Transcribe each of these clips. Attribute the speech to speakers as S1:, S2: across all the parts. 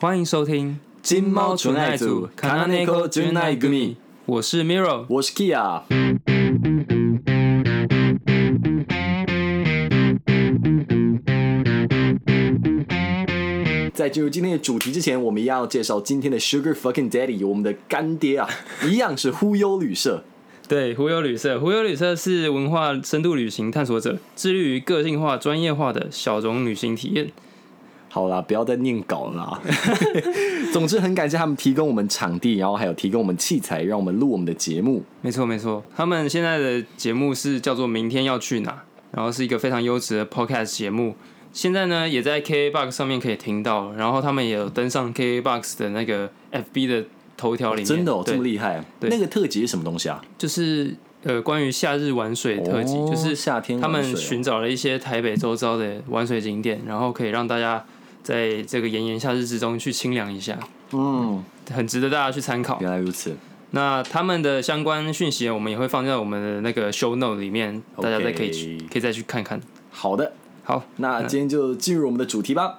S1: 欢迎收听《
S2: 金猫纯爱组 Kananeko Junai Gumi
S1: 我是 Miro。
S2: 我是 Kia。在进入今天的主题之前，我们一样要介绍今天的 Sugar Fucking Daddy，我们的干爹 啊，一样是忽悠旅社。
S1: 对，忽悠旅社，忽悠旅社是文化深度旅行探索者，致力于个性化、专业化的小众旅行体验。
S2: 好啦，不要再念稿 了啦。总之，很感谢他们提供我们场地，然后还有提供我们器材，让我们录我们的节目。
S1: 没错没错，他们现在的节目是叫做《明天要去哪》，然后是一个非常优质的 podcast 节目。现在呢，也在 KKBOX 上面可以听到，然后他们也有登上 KKBOX 的那个 FB 的头条里面。
S2: 真的哦，
S1: 对
S2: 这么厉害啊！
S1: 对
S2: 那个特辑是什么东西啊？
S1: 就是呃，关于夏日玩水特辑，
S2: 哦
S1: 就是
S2: 夏天
S1: 他
S2: 玩水
S1: 们
S2: 哦
S1: 寻找了一些台北周遭的玩水景点，然后可以让大家在这个炎炎夏日之中去清凉一下，
S2: 嗯，
S1: 很值得大家去参考。
S2: 原来如此。
S1: 那他们的相关讯息，我们也会放在我们的那个 show note 里面，大家再可以去
S2: OK
S1: 可以再去看看。
S2: 好的，
S1: 好，
S2: 那今天就进入我们的主题吧。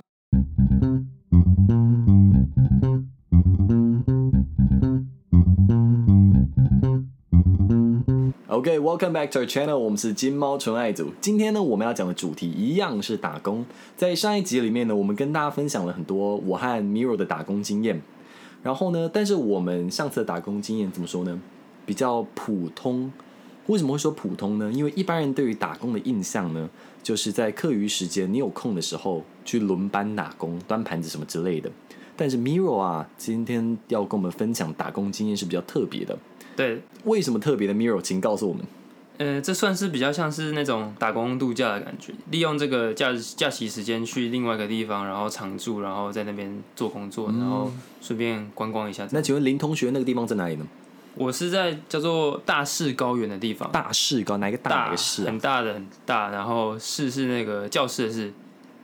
S2: OK, welcome back to our channel。我们是金猫纯爱组。今天呢，我们要讲的主题一样是打工。在上一集里面呢，我们跟大家分享了很多我和 Miro 的打工经验。然后呢，但是我们上次的打工经验怎么说呢？比较普通。为什么会说普通呢？因为一般人对于打工的印象呢，就是在课余时间你有空的时候去轮班打工、端盘子什么之类的。但是 Miro 啊，今天要跟我们分享打工经验是比较特别的。
S1: 对，
S2: 为什么特别的？Miro，请告诉我们。
S1: 呃，这算是比较像是那种打工度假的感觉，利用这个假日假期时间去另外一个地方，然后常住，然后在那边做工作，然后
S2: 嗯
S1: 顺便观光一下。
S2: 那请问林同学那个地方在哪里呢？
S1: 我是在叫做大士高原的地方，
S2: 大市高，哪一个大哪一个市啊？
S1: 很大的很大，然后士是那个教室的士，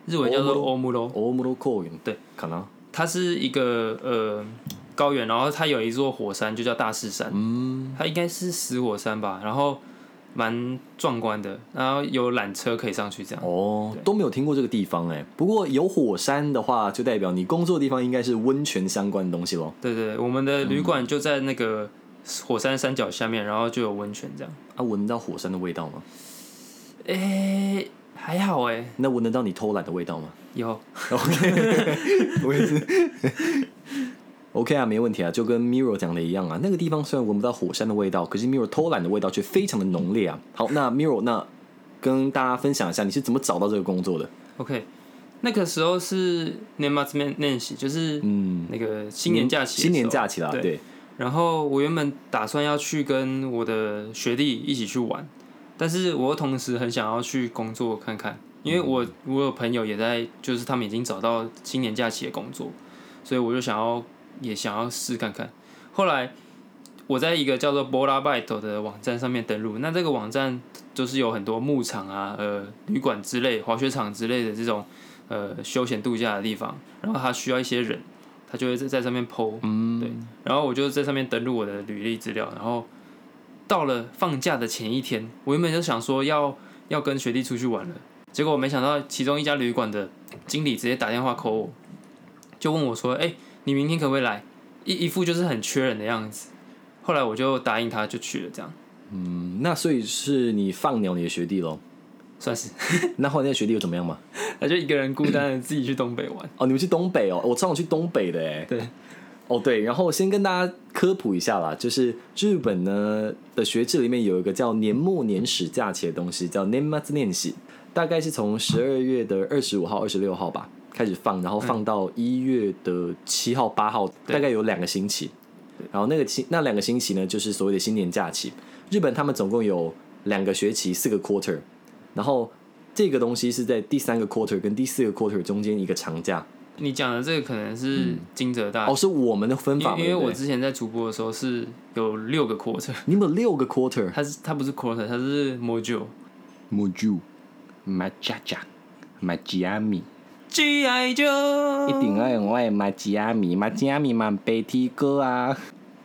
S1: 日文叫做欧姆罗，
S2: 欧姆罗高原
S1: 对，
S2: 可能
S1: 它是一个呃高原，然后它有一座火山就叫大士山，
S2: 嗯，
S1: 它应该是死火山吧，然后蛮壮观的，然后有缆车可以上去这样。
S2: 哦，都没有听过这个地方哎、不过有火山的话，就代表你工作的地方应该是温泉相关的东西喽。
S1: 对对，对我们的旅馆就在那个火山山脚下面，然后就有温泉这样。
S2: 啊，闻到火山的味道吗？
S1: 诶、还好诶、
S2: 那闻得到你偷懒的味道吗？
S1: 有
S2: 我也是。OK 啊，没问题啊，就跟 Miro 讲的一样啊。那个地方虽然闻不到火山的味道，可是 Miro 偷懒的味道却非常的浓烈啊。好，那 Miro，那跟大家分享一下，你是怎么找到这个工作的？
S1: OK。那个时候是年末年年喜，就是
S2: 嗯，
S1: 那个新年假期的时候、
S2: 新年假期啊啦，
S1: 对
S2: 对，
S1: 然后我原本打算要去跟我的学弟一起去玩，但是我又同时很想要去工作看看，因为我我有朋友也在，就是他们已经找到新年假期的工作，所以我就想要也想要试看看。后来我在一个叫做 Bola Byte 的网站上面登录，那这个网站就是有很多牧场啊、呃旅馆之类、滑雪场之类的这种呃休闲度假的地方，然后他需要一些人，他就会在在上面 PO。
S2: 嗯，
S1: 对，然后我就在上面登录我的履历资料，然后到了放假的前一天，我原本就想说要要跟学弟出去玩了，结果我没想到其中一家旅馆的经理直接打电话 call 我，就问我说：“哎、你明天可不可以来？”一一副就是很缺人的样子。后来我就答应他，就去了，这样
S2: 嗯，那所以是你放鸟你的学弟 喽？
S1: 算是
S2: 那后来那个学弟又怎么样嘛？
S1: 他就一个人孤单的自己去东北玩。
S2: 哦，你们去东北哦，我超想去东北的哎。
S1: 对，
S2: 哦对，然后先跟大家科普一下啦，就是日本呢的学制里面有一个叫年末年始假期的东西，叫年末年始，大概是从十二月的二十五号、二十六号吧开始放，然后放到一月的七号、八号，
S1: 嗯对
S2: 大概有两个星期。然后那个星那两个星期呢，就是所谓的新年假期。日本他们总共有两个学期，四个 quarter，然后这个东西是在第三个 quarter 跟第四个 quarter 中间一个长假。
S1: 你讲的这个可能是金泽大
S2: 哦，是我们的分
S1: 因
S2: 法
S1: 为
S2: 嘛，
S1: 啊因为我
S2: 对不对
S1: 之前在主播的时候是有六个 quarter，
S2: 你们有六个 quarter，
S1: 它是它不是 quarter，它是 module。
S2: m o j u m a j a j a m a j a m i
S1: G.I. Joe，
S2: 一定要用我的 m a j a m i m a j a m i 嘛白 T 哥啊。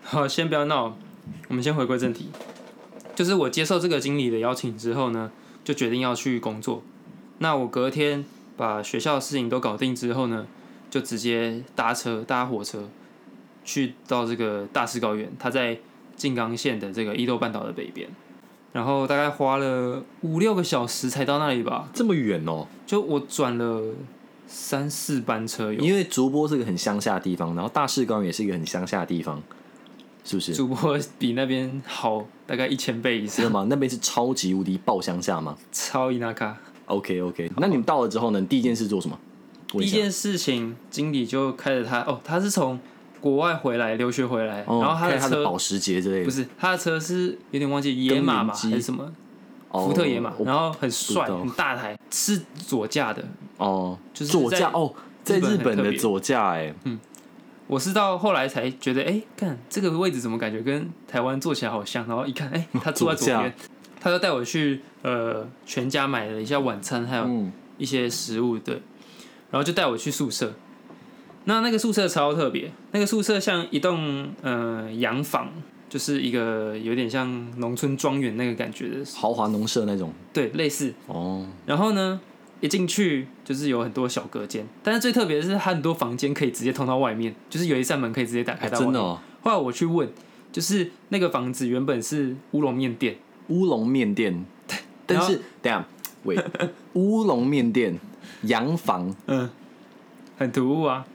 S1: 好，先不要闹，我们先回归正题。就是我接受这个经理的邀请之后呢，就决定要去工作。那我隔天把学校的事情都搞定之后呢，就直接搭车搭火车去到这个大石高原，它在静冈县的这个伊豆半岛的北边，然后大概花了五六个小时才到那里吧，
S2: 这么远哦，
S1: 就我转了三四班车有。
S2: 因为竹波是个很乡下的地方，然后大士高原也是一个很乡下的地方，是不是？
S1: 主播比那边好大概一千倍以
S2: 真的
S1: 上，
S2: 吗？那边是超级无敌爆乡下吗
S1: 超伊纳卡。
S2: ？OK OK，那你们到了之后呢？你第一件事做什么？
S1: 哦第一件事情，经理就开着他哦，他是从国外回来留学回来，
S2: 问一下，哦
S1: 然后他
S2: 开
S1: 的
S2: 他
S1: 车
S2: 的保时捷之类的，
S1: 不是他的车是有点忘记野马吧
S2: 耕耘机
S1: 还是什么
S2: 哦
S1: 福特野马，
S2: 我
S1: 然后很帅
S2: 不知道
S1: 很大台，是左驾的。
S2: 哦，
S1: 就是
S2: 左
S1: 在
S2: 驾哦，在
S1: 日本
S2: 日
S1: 很
S2: 本
S1: 特
S2: 的
S1: 别
S2: 左驾哎，
S1: 我是到后来才觉得，哎、看这个位置怎么感觉跟台湾坐起来好像，然后一看，哎、他坐在左
S2: 左驾
S1: 边，他就带我去呃全家买了一下晚餐，还有
S2: 嗯，
S1: 一些食物，对，然后就带我去宿舍。那那个宿舍超特别，那个宿舍像一栋呃洋房，就是一个有点像农村庄园那个感觉的，
S2: 豪华农舍那种
S1: 对，类似。
S2: 哦，
S1: 然后呢，一进去就是有很多小隔间，但是最特别的是它很多房间可以直接通到外面，就是有一扇门可以直接打开
S2: 哎
S1: 到外
S2: 真
S1: 面。
S2: 的哦，
S1: 后来我去问，就是那个房子原本是乌龙面店，
S2: 乌龙 面店，但是等一下喂，乌龙面店洋房
S1: 嗯，很突兀啊，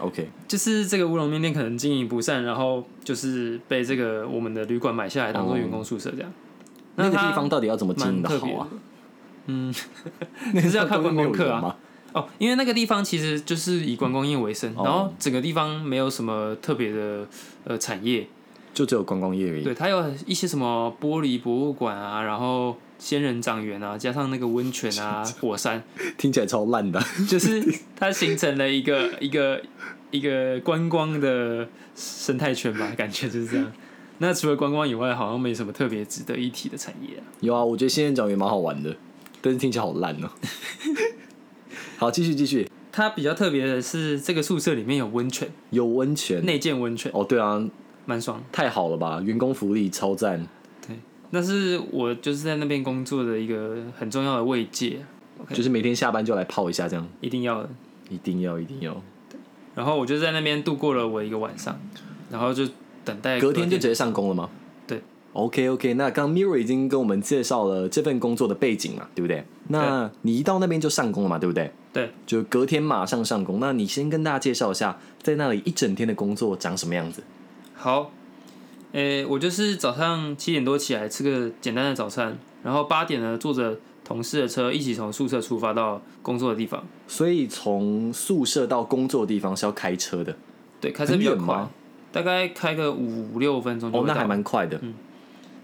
S2: ，OK，
S1: 就是这个乌龙面店可能经营不善，然后就是被这个我们的旅馆买下来当做员工宿舍这样。
S2: 哦 那个
S1: 它
S2: 地方到底要怎么经营
S1: 蛮
S2: 的
S1: 特
S2: 好
S1: 别的
S2: 啊？，
S1: 嗯，就是 要看
S2: 那个
S1: 观
S2: 地方
S1: 光客
S2: 没有人
S1: 啊。
S2: 吗？
S1: 哦，因为那个地方其实就是以观光业为生，
S2: 哦
S1: 然后整个地方没有什么特别的呃产业，
S2: 就只有观光业而已。
S1: 对，它有一些什么玻璃博物馆啊，然后仙人掌园啊，加上那个温泉 啊、火山，
S2: 听起来超烂的。
S1: 就是它形成了一个 一个一个观光的生态圈吧，感觉就是这样。那除了观光以外，好像没什么特别值得一提的产业啊。
S2: 有啊，我觉得仙人掌也蛮好玩的，但是听起来好烂 哦、好，继续继续，
S1: 它比较特别的是，这个宿舍里面有温泉，
S2: 有温泉。
S1: 内建温泉，
S2: 哦，对啊，
S1: 蛮爽的。
S2: 太好了吧，员工福利超赞。
S1: 那是我就是在那边工作的一个很重要的慰藉，
S2: 就是每天下班就来泡一下，这样
S1: 一定要的。
S2: 一定要一定要。
S1: 然后我就在那边度过了我一个晚上，然后就等待
S2: 隔天就直接上工了吗？
S1: 对。
S2: OK OK，那刚 Miro 已经跟我们介绍了这份工作的背景嘛，对不对？那你一到那边就上工了嘛，对不对？
S1: 对，
S2: 就隔天马上上工。那你先跟大家介绍一下，在那里一整天的工作长什么样子？
S1: 好，诶、我就是早上七点多起来吃个简单的早餐，然后八点呢坐着同事的车一起从宿舍出发到工作的地方。
S2: 所以从宿舍到工作的地方是要开车的，
S1: 对，开车比较
S2: 很远
S1: 快
S2: 吗，
S1: 大概开个五六分钟就
S2: 哦，
S1: 会
S2: 那
S1: 到。
S2: 还蛮快的。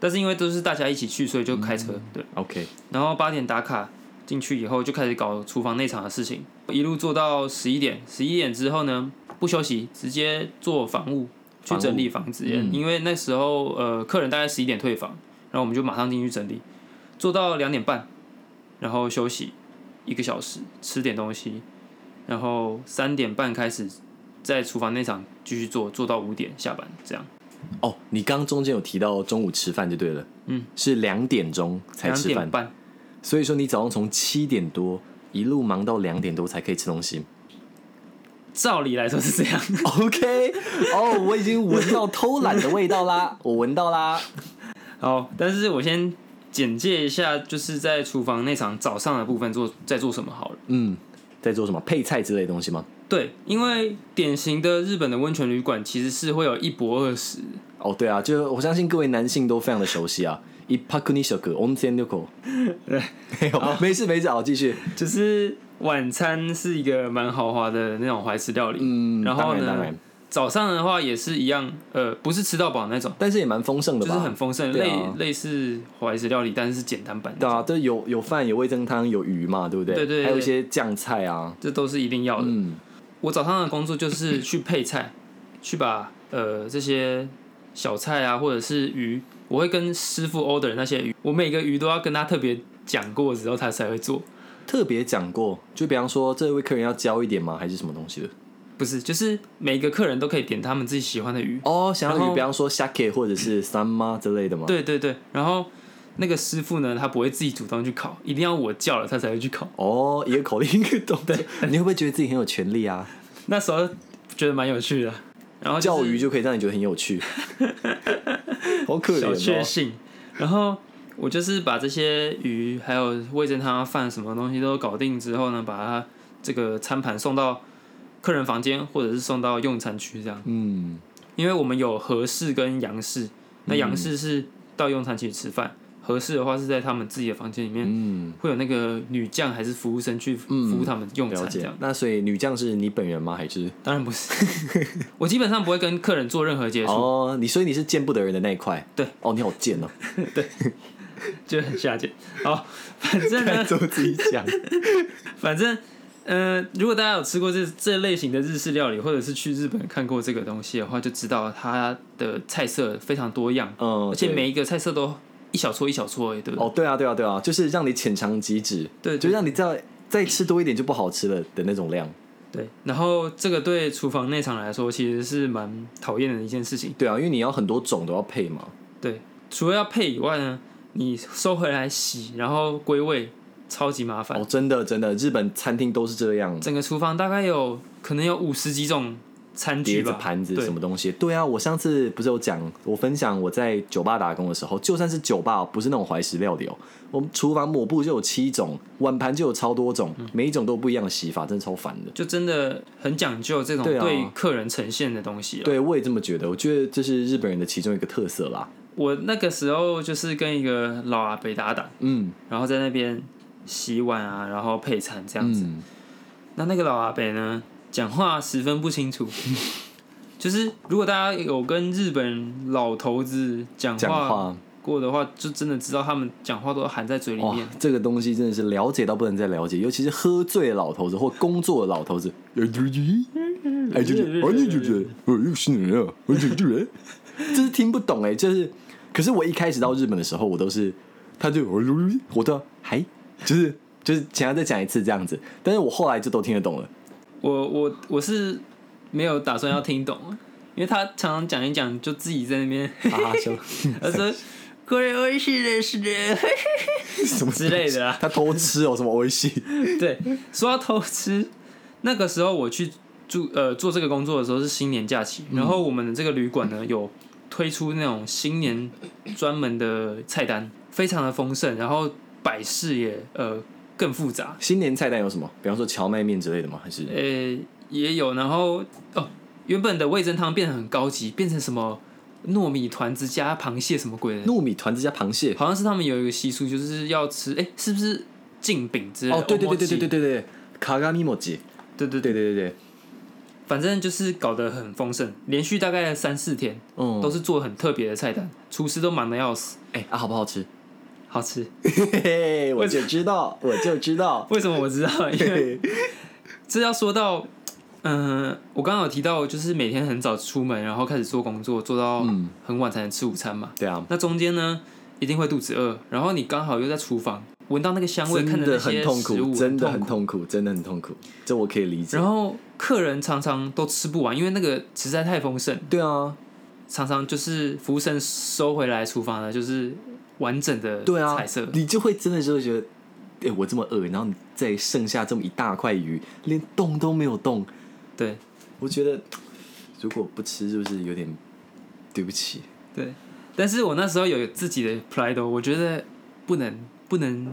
S1: 但是因为都是大家一起去，所以就开车。对，
S2: OK，
S1: 然后八点打卡进去以后，就开始搞厨房内场的事情，一路做到十一点。十一点之后呢，不休息，直接做房务，去
S2: 房务
S1: 整理房子。
S2: 嗯
S1: 因为那时候呃，客人大概十一点退房，然后我们就马上进去整理，做到两点半，然后休息一个小时，吃点东西，然后三点半开始在厨房内场继续做，做到五点下班这样。
S2: 哦，你刚中间有提到中午吃饭就对了，
S1: 嗯，
S2: 是两点钟才
S1: 两
S2: 吃饭
S1: 点，半，
S2: 所以说你早上从七点多一路忙到两点多才可以吃东西。
S1: 照理来说是这样。
S2: OK，哦，我已经闻到偷懒的味道 啦，我闻到啦。
S1: 好，但是我先简介一下，就是在厨房那场早上的部分做在做什么好了。
S2: 嗯，在做什么配菜之类的东西吗？
S1: 对，因为典型的日本的温泉旅馆其实是会有一博二十，
S2: 哦，对啊，就我相信各位男性都非常的熟悉啊。一帕库尼小哥温泉六口， 没有，没事没事，好继续。
S1: 就是晚餐是一个蛮豪华的那种怀石料理。
S2: 嗯，
S1: 然后
S2: 当然当
S1: 呢
S2: 然，，
S1: 早上的话也是一样，呃，不是吃到饱那种，
S2: 但是也蛮丰盛的
S1: 就
S2: 吧？
S1: 是很丰盛，
S2: 对
S1: 类、
S2: 啊
S1: 类似怀石料理，但是简单版的。
S2: 对啊，对，有有饭，有味增汤，有鱼嘛，对不对？
S1: 对对对
S2: 还有一些酱菜啊。
S1: 这都是一定要的。
S2: 嗯，
S1: 我早上的工作就是去配菜，去把呃这些小菜啊，或者是鱼，我会跟师傅 order 那些鱼，我每个鱼都要跟他特别讲过之后，他才会做。
S2: 特别讲过，就比方说这位客人要教一点吗？还是什么东西的？
S1: 不是，就是每个客人都可以点他们自己喜欢的鱼。
S2: 哦，想要
S1: 然
S2: 鱼，
S1: 后
S2: 比方说 sake 或者是三妈之类的吗？
S1: 对对对，然后那个师傅呢，他不会自己主动去考，一定要我叫了他才会去考。
S2: 哦，一个口令一个动作，你会不会觉得自己很有权利啊？
S1: 那时候觉得蛮有趣的，然后、就是、
S2: 教育就可以让你觉得很 有趣，好可
S1: 小确
S2: 怜哦。
S1: 幸。然后我就是把这些鱼还有味噌汤、饭什么东西都搞定之后呢，把它这个餐盘送到客人房间，或者是送到用餐区这样。
S2: 嗯，
S1: 因为我们有和式跟洋式，那洋式是到用餐区吃饭，和式的话是在他们自己的房间里面，
S2: 嗯
S1: 会有那个女将还是服务生去服务他们用
S2: 了
S1: 餐这
S2: 解
S1: 样。。
S2: 那所以女将是你本人吗？还是
S1: 当然不是， 我基本上不会跟客人做任何接触，
S2: 哦，你所以你是见不得人的那一块？
S1: 对。
S2: 哦，你好贱 哦，
S1: 就很下贱。好，反正 呢，
S2: 怎么自己讲？
S1: 反正，呃，如果大家有吃过这这类型的日式料理，或者是去日本看过这个东西的话，就知道它的菜色非常多样，
S2: 嗯，
S1: 而且
S2: 对
S1: 每一个菜色都一小撮一小撮而已，对不对？
S2: 哦，对啊，对啊，对啊，就是让你浅尝即止，
S1: 对对
S2: 就让你再再吃多一点就不好吃了的那种量。
S1: 对。然后这个对厨房内场来说，其实是蛮讨厌的一件事情。
S2: 对啊，因为你要很多种都要配嘛。
S1: 对，除了要配以外呢，你收回来洗，然后归位，超级麻烦。
S2: 哦，真的真的，日本餐厅都是这样，
S1: 整个厨房大概有可能有五十几种餐具
S2: 碟子、
S1: 吧，
S2: 盘子
S1: 对
S2: 什么东西。对啊，我上次不是有讲，我分享我在酒吧打工的时候，就算是酒吧哦，不是那种怀石料理哦，我们厨房抹布就有七种，碗盘就有超多种，每一种都有不一样的洗法，真的超烦的。
S1: 就真的很讲究这种
S2: 对啊
S1: 对客人呈现的东西、啊。
S2: 对，我也这么觉得，我觉得这是日本人的其中一个特色啦。
S1: 我那个时候就是跟一个老阿伯打打，
S2: 嗯，
S1: 然后在那边洗碗啊，然后配餐这样子。
S2: 嗯，
S1: 那那个老阿伯呢，讲话十分不清楚， 就是如果大家有跟日本老头子讲
S2: 讲
S1: 话
S2: 话
S1: 过的话，就真的知道他们讲话都含在嘴里
S2: 哇
S1: 面。，
S2: 这个东西真的是了解到不能再了解，尤其是喝醉的老头子或工作的老头子。哎，就是哎，就是哎，就是哎，又是你啊！哎，就是就是听不懂哎，就是。可是我一开始到日本的时候，我都是，他就我都还就是就是想要再讲一次这样子，但是我后来就都听得懂了。
S1: 我我我是没有打算要听懂，因为他常常讲一讲就自己在那边，
S2: 啊哈哈笑，
S1: 他 说“これ美味しいですね
S2: 什么”
S1: 之类的啦。
S2: 他偷吃哦，什么微信？
S1: 对，说到偷吃，那个时候我去住呃做这个工作的时候是新年假期，然后我们的这个旅馆呢有推出那种新年专门的菜单，非常的丰盛，然后摆饰也呃更复杂，
S2: 新年菜单有什么？比方说荞麦面之类的吗？还是
S1: 呃也有，然后哦原本的味噌汤变得很高级，变成什么糯米团子加螃蟹什么鬼的，
S2: 糯米团子加螃蟹？
S1: 好像是他们有一个习俗，就是要吃，哎、是不是禁饼之类的？
S2: 哦，对对对对对对
S1: 对
S2: 对对，卡嘎米莫吉。
S1: 对对
S2: 对对对对，
S1: 反正就是搞得很丰盛，连续大概三四天
S2: 嗯，
S1: 都是做很特别的菜单，厨师都忙得要死，
S2: 哎、啊，好不好吃？
S1: 好吃。
S2: 嘿嘿，我就知道， 我就知道。
S1: 为什么我知道？因为
S2: 嘿嘿
S1: 这要说到，嗯、我刚刚有提到，就是每天很早出门，然后开始做工作，做到
S2: 嗯
S1: 很晚才能吃午餐嘛。
S2: 对 啊，
S1: 那中间呢，一定会肚子饿，然后你刚好又在厨房闻到那个香味，看
S2: 真
S1: 着那
S2: 的
S1: 些
S2: 很痛
S1: 食
S2: 苦，
S1: 物，
S2: 真的很
S1: 苦。
S2: 痛苦，真的很痛苦，这我可以理解
S1: 然。后客人常常都吃不完，因为那个实在太丰盛，
S2: 对啊，
S1: 常常就是服务生收回来厨房呢，就是完整的
S2: 对啊
S1: 彩色。，
S2: 你就会真的就会觉得，哎、我这么饿，然后你再剩下这么一大块鱼，连动都没有动，
S1: 对
S2: 我觉得如果不吃，是不是有点对不起？
S1: 对，但是我那时候有自己的 pride，哦我觉得不能不能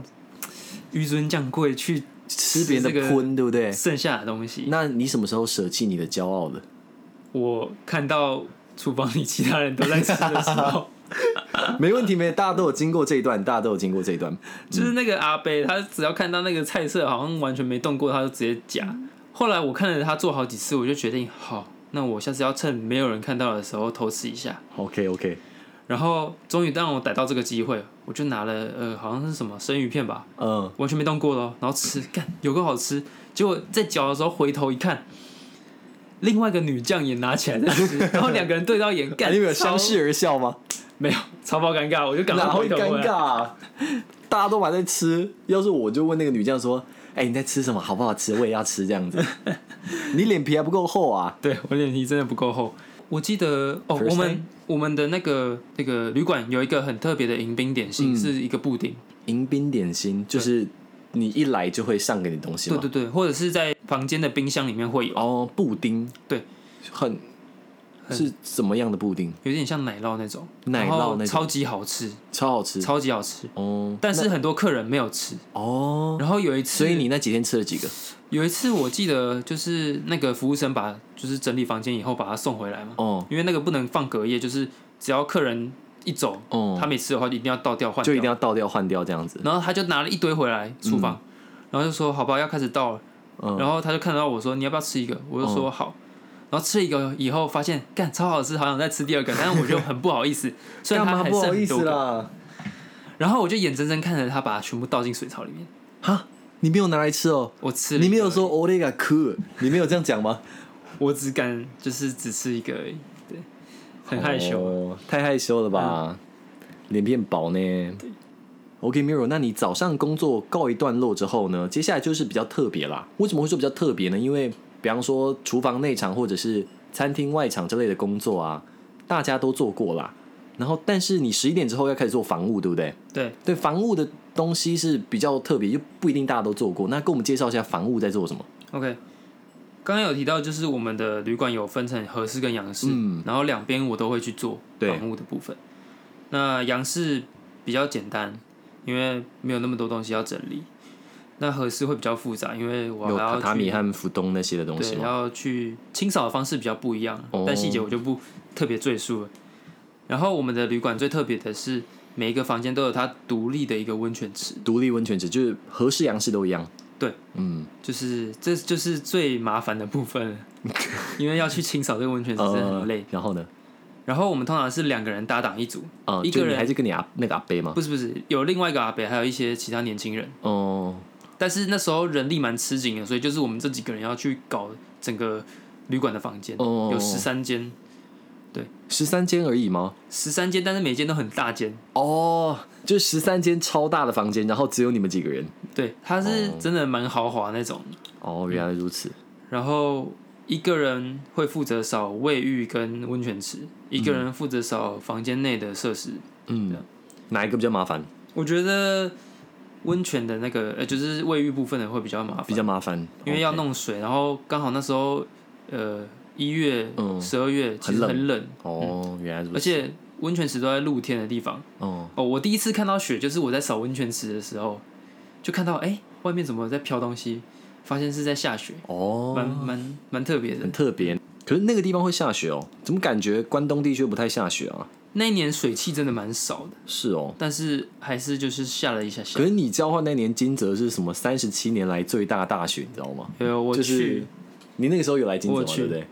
S1: 纡尊降贵去
S2: 吃别人
S1: 这
S2: 的
S1: 个
S2: 荤，对不对？
S1: 剩下的东西。
S2: 那你什么时候舍弃你的骄傲的？
S1: 我看到厨房里其他人都在吃的时 候，
S2: 没问题，没，大家都有经过这一段，大家都有经过这一段。
S1: 就是那个阿贝，他只要看到那个菜色好像完全没动过，他就直接夹。
S2: 嗯
S1: 后来我看了他做好几次，我就决定好，那我下次要趁没有人看到的时候偷吃一下。
S2: OK OK，
S1: 然后终于让我逮到这个机会，我就拿了呃，好像是什么生鱼片吧，
S2: 嗯，
S1: 完全没动过咯，然后吃，干有个好吃。结果在嚼的时候回头一看，另外一个女将也拿起来在吃，然后两个人对到 眼，干
S2: 你们有
S1: 超
S2: 相视而笑吗？
S1: 没有？超爆尴尬，我就赶快
S2: 哪
S1: 回
S2: 会
S1: 头
S2: 尴
S1: 回
S2: 尬
S1: 来。
S2: 啊？大家都还在吃，要是我就问那个女将说：“哎、你在吃什 么？好不好吃？我也要吃。”这样子，你脸皮还不够厚啊？
S1: 对我脸皮真的不够厚，我记得哦
S2: First，
S1: 我
S2: time？
S1: 们我们的那个那个旅馆有一个很特别的迎宾点心，
S2: 嗯
S1: 是一个布丁，
S2: 迎宾点心就是你一来就会上给你东西
S1: 对
S2: 嘛。
S1: 对对，或者是在房间的冰箱里面会有，
S2: 哦，布丁，
S1: 对，
S2: 很
S1: 很
S2: 是怎么样的布丁？
S1: 有点像奶酪那种，
S2: 奶
S1: 然
S2: 酪
S1: 后
S2: 那
S1: 超
S2: 种，
S1: 级好吃，
S2: 超好吃。
S1: 超级好吃，
S2: 哦，
S1: 但是很多客人没有吃。
S2: 那哦，
S1: 然后有一次，
S2: 所以你那几天吃了几个？
S1: 有一次我记得就是那个服务生把就是整理房间以后把它送回来嘛，
S2: 哦
S1: 因为那个不能放隔夜，就是只要客人一走，
S2: 哦，
S1: 他没吃的话就一定要倒掉换
S2: 就
S1: 掉
S2: 一定。要倒掉换掉这样子。
S1: 然后他就拿了一堆回来厨房，然后就说好吧，要开始倒了。
S2: 嗯，哦
S1: 然后他就看到我说你要不要吃一个，我就说好。然后吃了一个以后，发现干超好吃，好想再吃 第二个，但是我就很不好意思，虽然
S2: 干
S1: 他
S2: 嘛
S1: 还
S2: 不
S1: 剩
S2: 好意
S1: 很多
S2: 思
S1: 个，
S2: 啦？
S1: 然后我就眼睁睁看着他把它全部倒进水槽里面，
S2: 哈，你没有拿来吃哦。
S1: 我吃了，
S2: 你没有，说哦 “Olega cool”，你没有这样讲吗？
S1: 我只敢就是只吃一个而已，对，很害羞。嗯
S2: 哦，太害羞了吧？脸变薄呢。OK Miro，那你早上工作告一段落之后呢？接下来就是比较特别啦。为什么会说比较特别呢？因为比方说厨房内场或者是餐厅外场之类的工作啊，大家都做过啦。然后，但是你十一点之后要开始做防务，对不对？
S1: 对，
S2: 对，防务的东西是比较特别，就不一定大家都做过。那跟我们介绍一下防务在做什么？
S1: OK，刚刚有提到，就是我们的旅馆有分成和式跟洋式，
S2: 嗯
S1: 然后两边我都会去做
S2: 对
S1: 房务的部分。那洋式比较简单，因为没有那么多东西要整理。那和式会比较复杂，因为我
S2: 有
S1: 还要
S2: 榻榻米
S1: 去
S2: 和浮东那些的东西
S1: 对，
S2: 吗？
S1: 要去清扫的方式比较不一样，
S2: 哦
S1: 但细节我就不特别赘述了。然后我们的旅馆最特别的是，每一个房间都有它独立的一个温泉池，
S2: 独立温泉池就是和式、洋式都一样。
S1: 对，
S2: 嗯，
S1: 就是这就是最麻烦的部分 了，因为要去清扫这个温泉池真的很累
S2: 呃。然后呢？
S1: 然后我们通常是两个人搭档一组，
S2: 啊、
S1: 一
S2: 就
S1: 个
S2: 你
S1: 人
S2: 还是跟你阿那个阿伯吗？
S1: 不是不是，有另外一个阿北，还有一些其他年轻人。
S2: 哦，
S1: 但是那时候人力蛮吃紧的，所以就是我们这几个人要去搞整个旅馆的房间，
S2: 哦
S1: 有十三间，
S2: 十三间而已吗？
S1: 十三间，但是每间都很大间。
S2: 哦，就十三间超大的房间，然后只有你们几个人。
S1: 对，它是
S2: 哦
S1: 真的蛮豪华那种。
S2: 哦，原来如此。
S1: 然后一个人会负责扫卫浴跟温泉池，一个人负责扫房间内的设施。啊
S2: 嗯，哪一个比较麻烦？
S1: 我觉得温泉的那个呃，就是卫浴部分的会比较麻烦
S2: 比，较麻烦，
S1: 因为要
S2: OK
S1: 弄水，然后刚好那时候呃一月
S2: 嗯、
S1: 十二月其实
S2: 冷
S1: 很冷，
S2: 哦，原来如
S1: 而
S2: 此。
S1: 且温泉池都在露天的地方。
S2: 哦，
S1: 哦，我第一次看到雪就是我在扫温泉池的时候，就看到哎、外面怎么在飘东西，发现是在下雪，蛮
S2: 哦，
S1: 蛮蛮特别的
S2: 很。特别。可是那个地方会下雪哦，怎么感觉关东地区不太下雪啊？
S1: 那一年水汽真的蛮少的，
S2: 是哦。
S1: 但是还是就是下了一下下
S2: 可。是你交换那年金泽是什么三十七年来最大大雪，你知道吗？
S1: 有哎我去、
S2: 就是你那个时候有来金泽
S1: 我
S2: 吗？
S1: 去
S2: 对不对？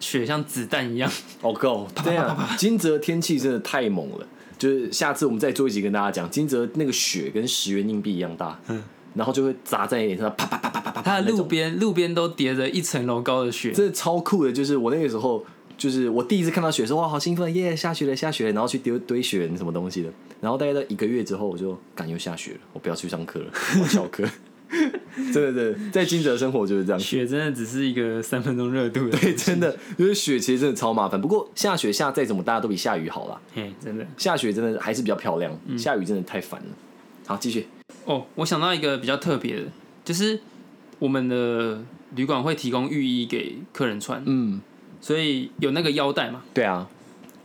S1: 雪像子弹一样，
S2: 哦够， 对啊，金泽天气真的太猛了，就是下次我们再做一集跟大家讲，金泽那个雪跟十元硬币一样大，嗯，然后就会砸在你脸上，啪啪啪啪啪啪啪
S1: 它的
S2: 那
S1: 路
S2: 种，
S1: 边路边都叠着一层楼高的雪，
S2: 真的超酷的。就是我那个时候，就是我第一次看到雪，说哇好兴奋，耶下雪了下雪了，然后去丢堆雪人什么东西的，然后大概在一个月之后，我就感又下雪了，我不要去上课了，我翘课。 真的，真的，在金泽生活就是这样。
S1: 雪真的只是一个三分钟热度的，
S2: 对，真的，就是雪其实真的超麻烦。不过下雪下再怎么大家都比下雨好啦。
S1: 嘿，真的。
S2: 下雪真的还是比较漂亮，下雨真的太烦了。好，继续。
S1: 哦，我想到一个比较特别的，就是我们的旅馆会提供浴衣给客人穿，
S2: 嗯，
S1: 所以有那个腰带嘛，
S2: 对啊，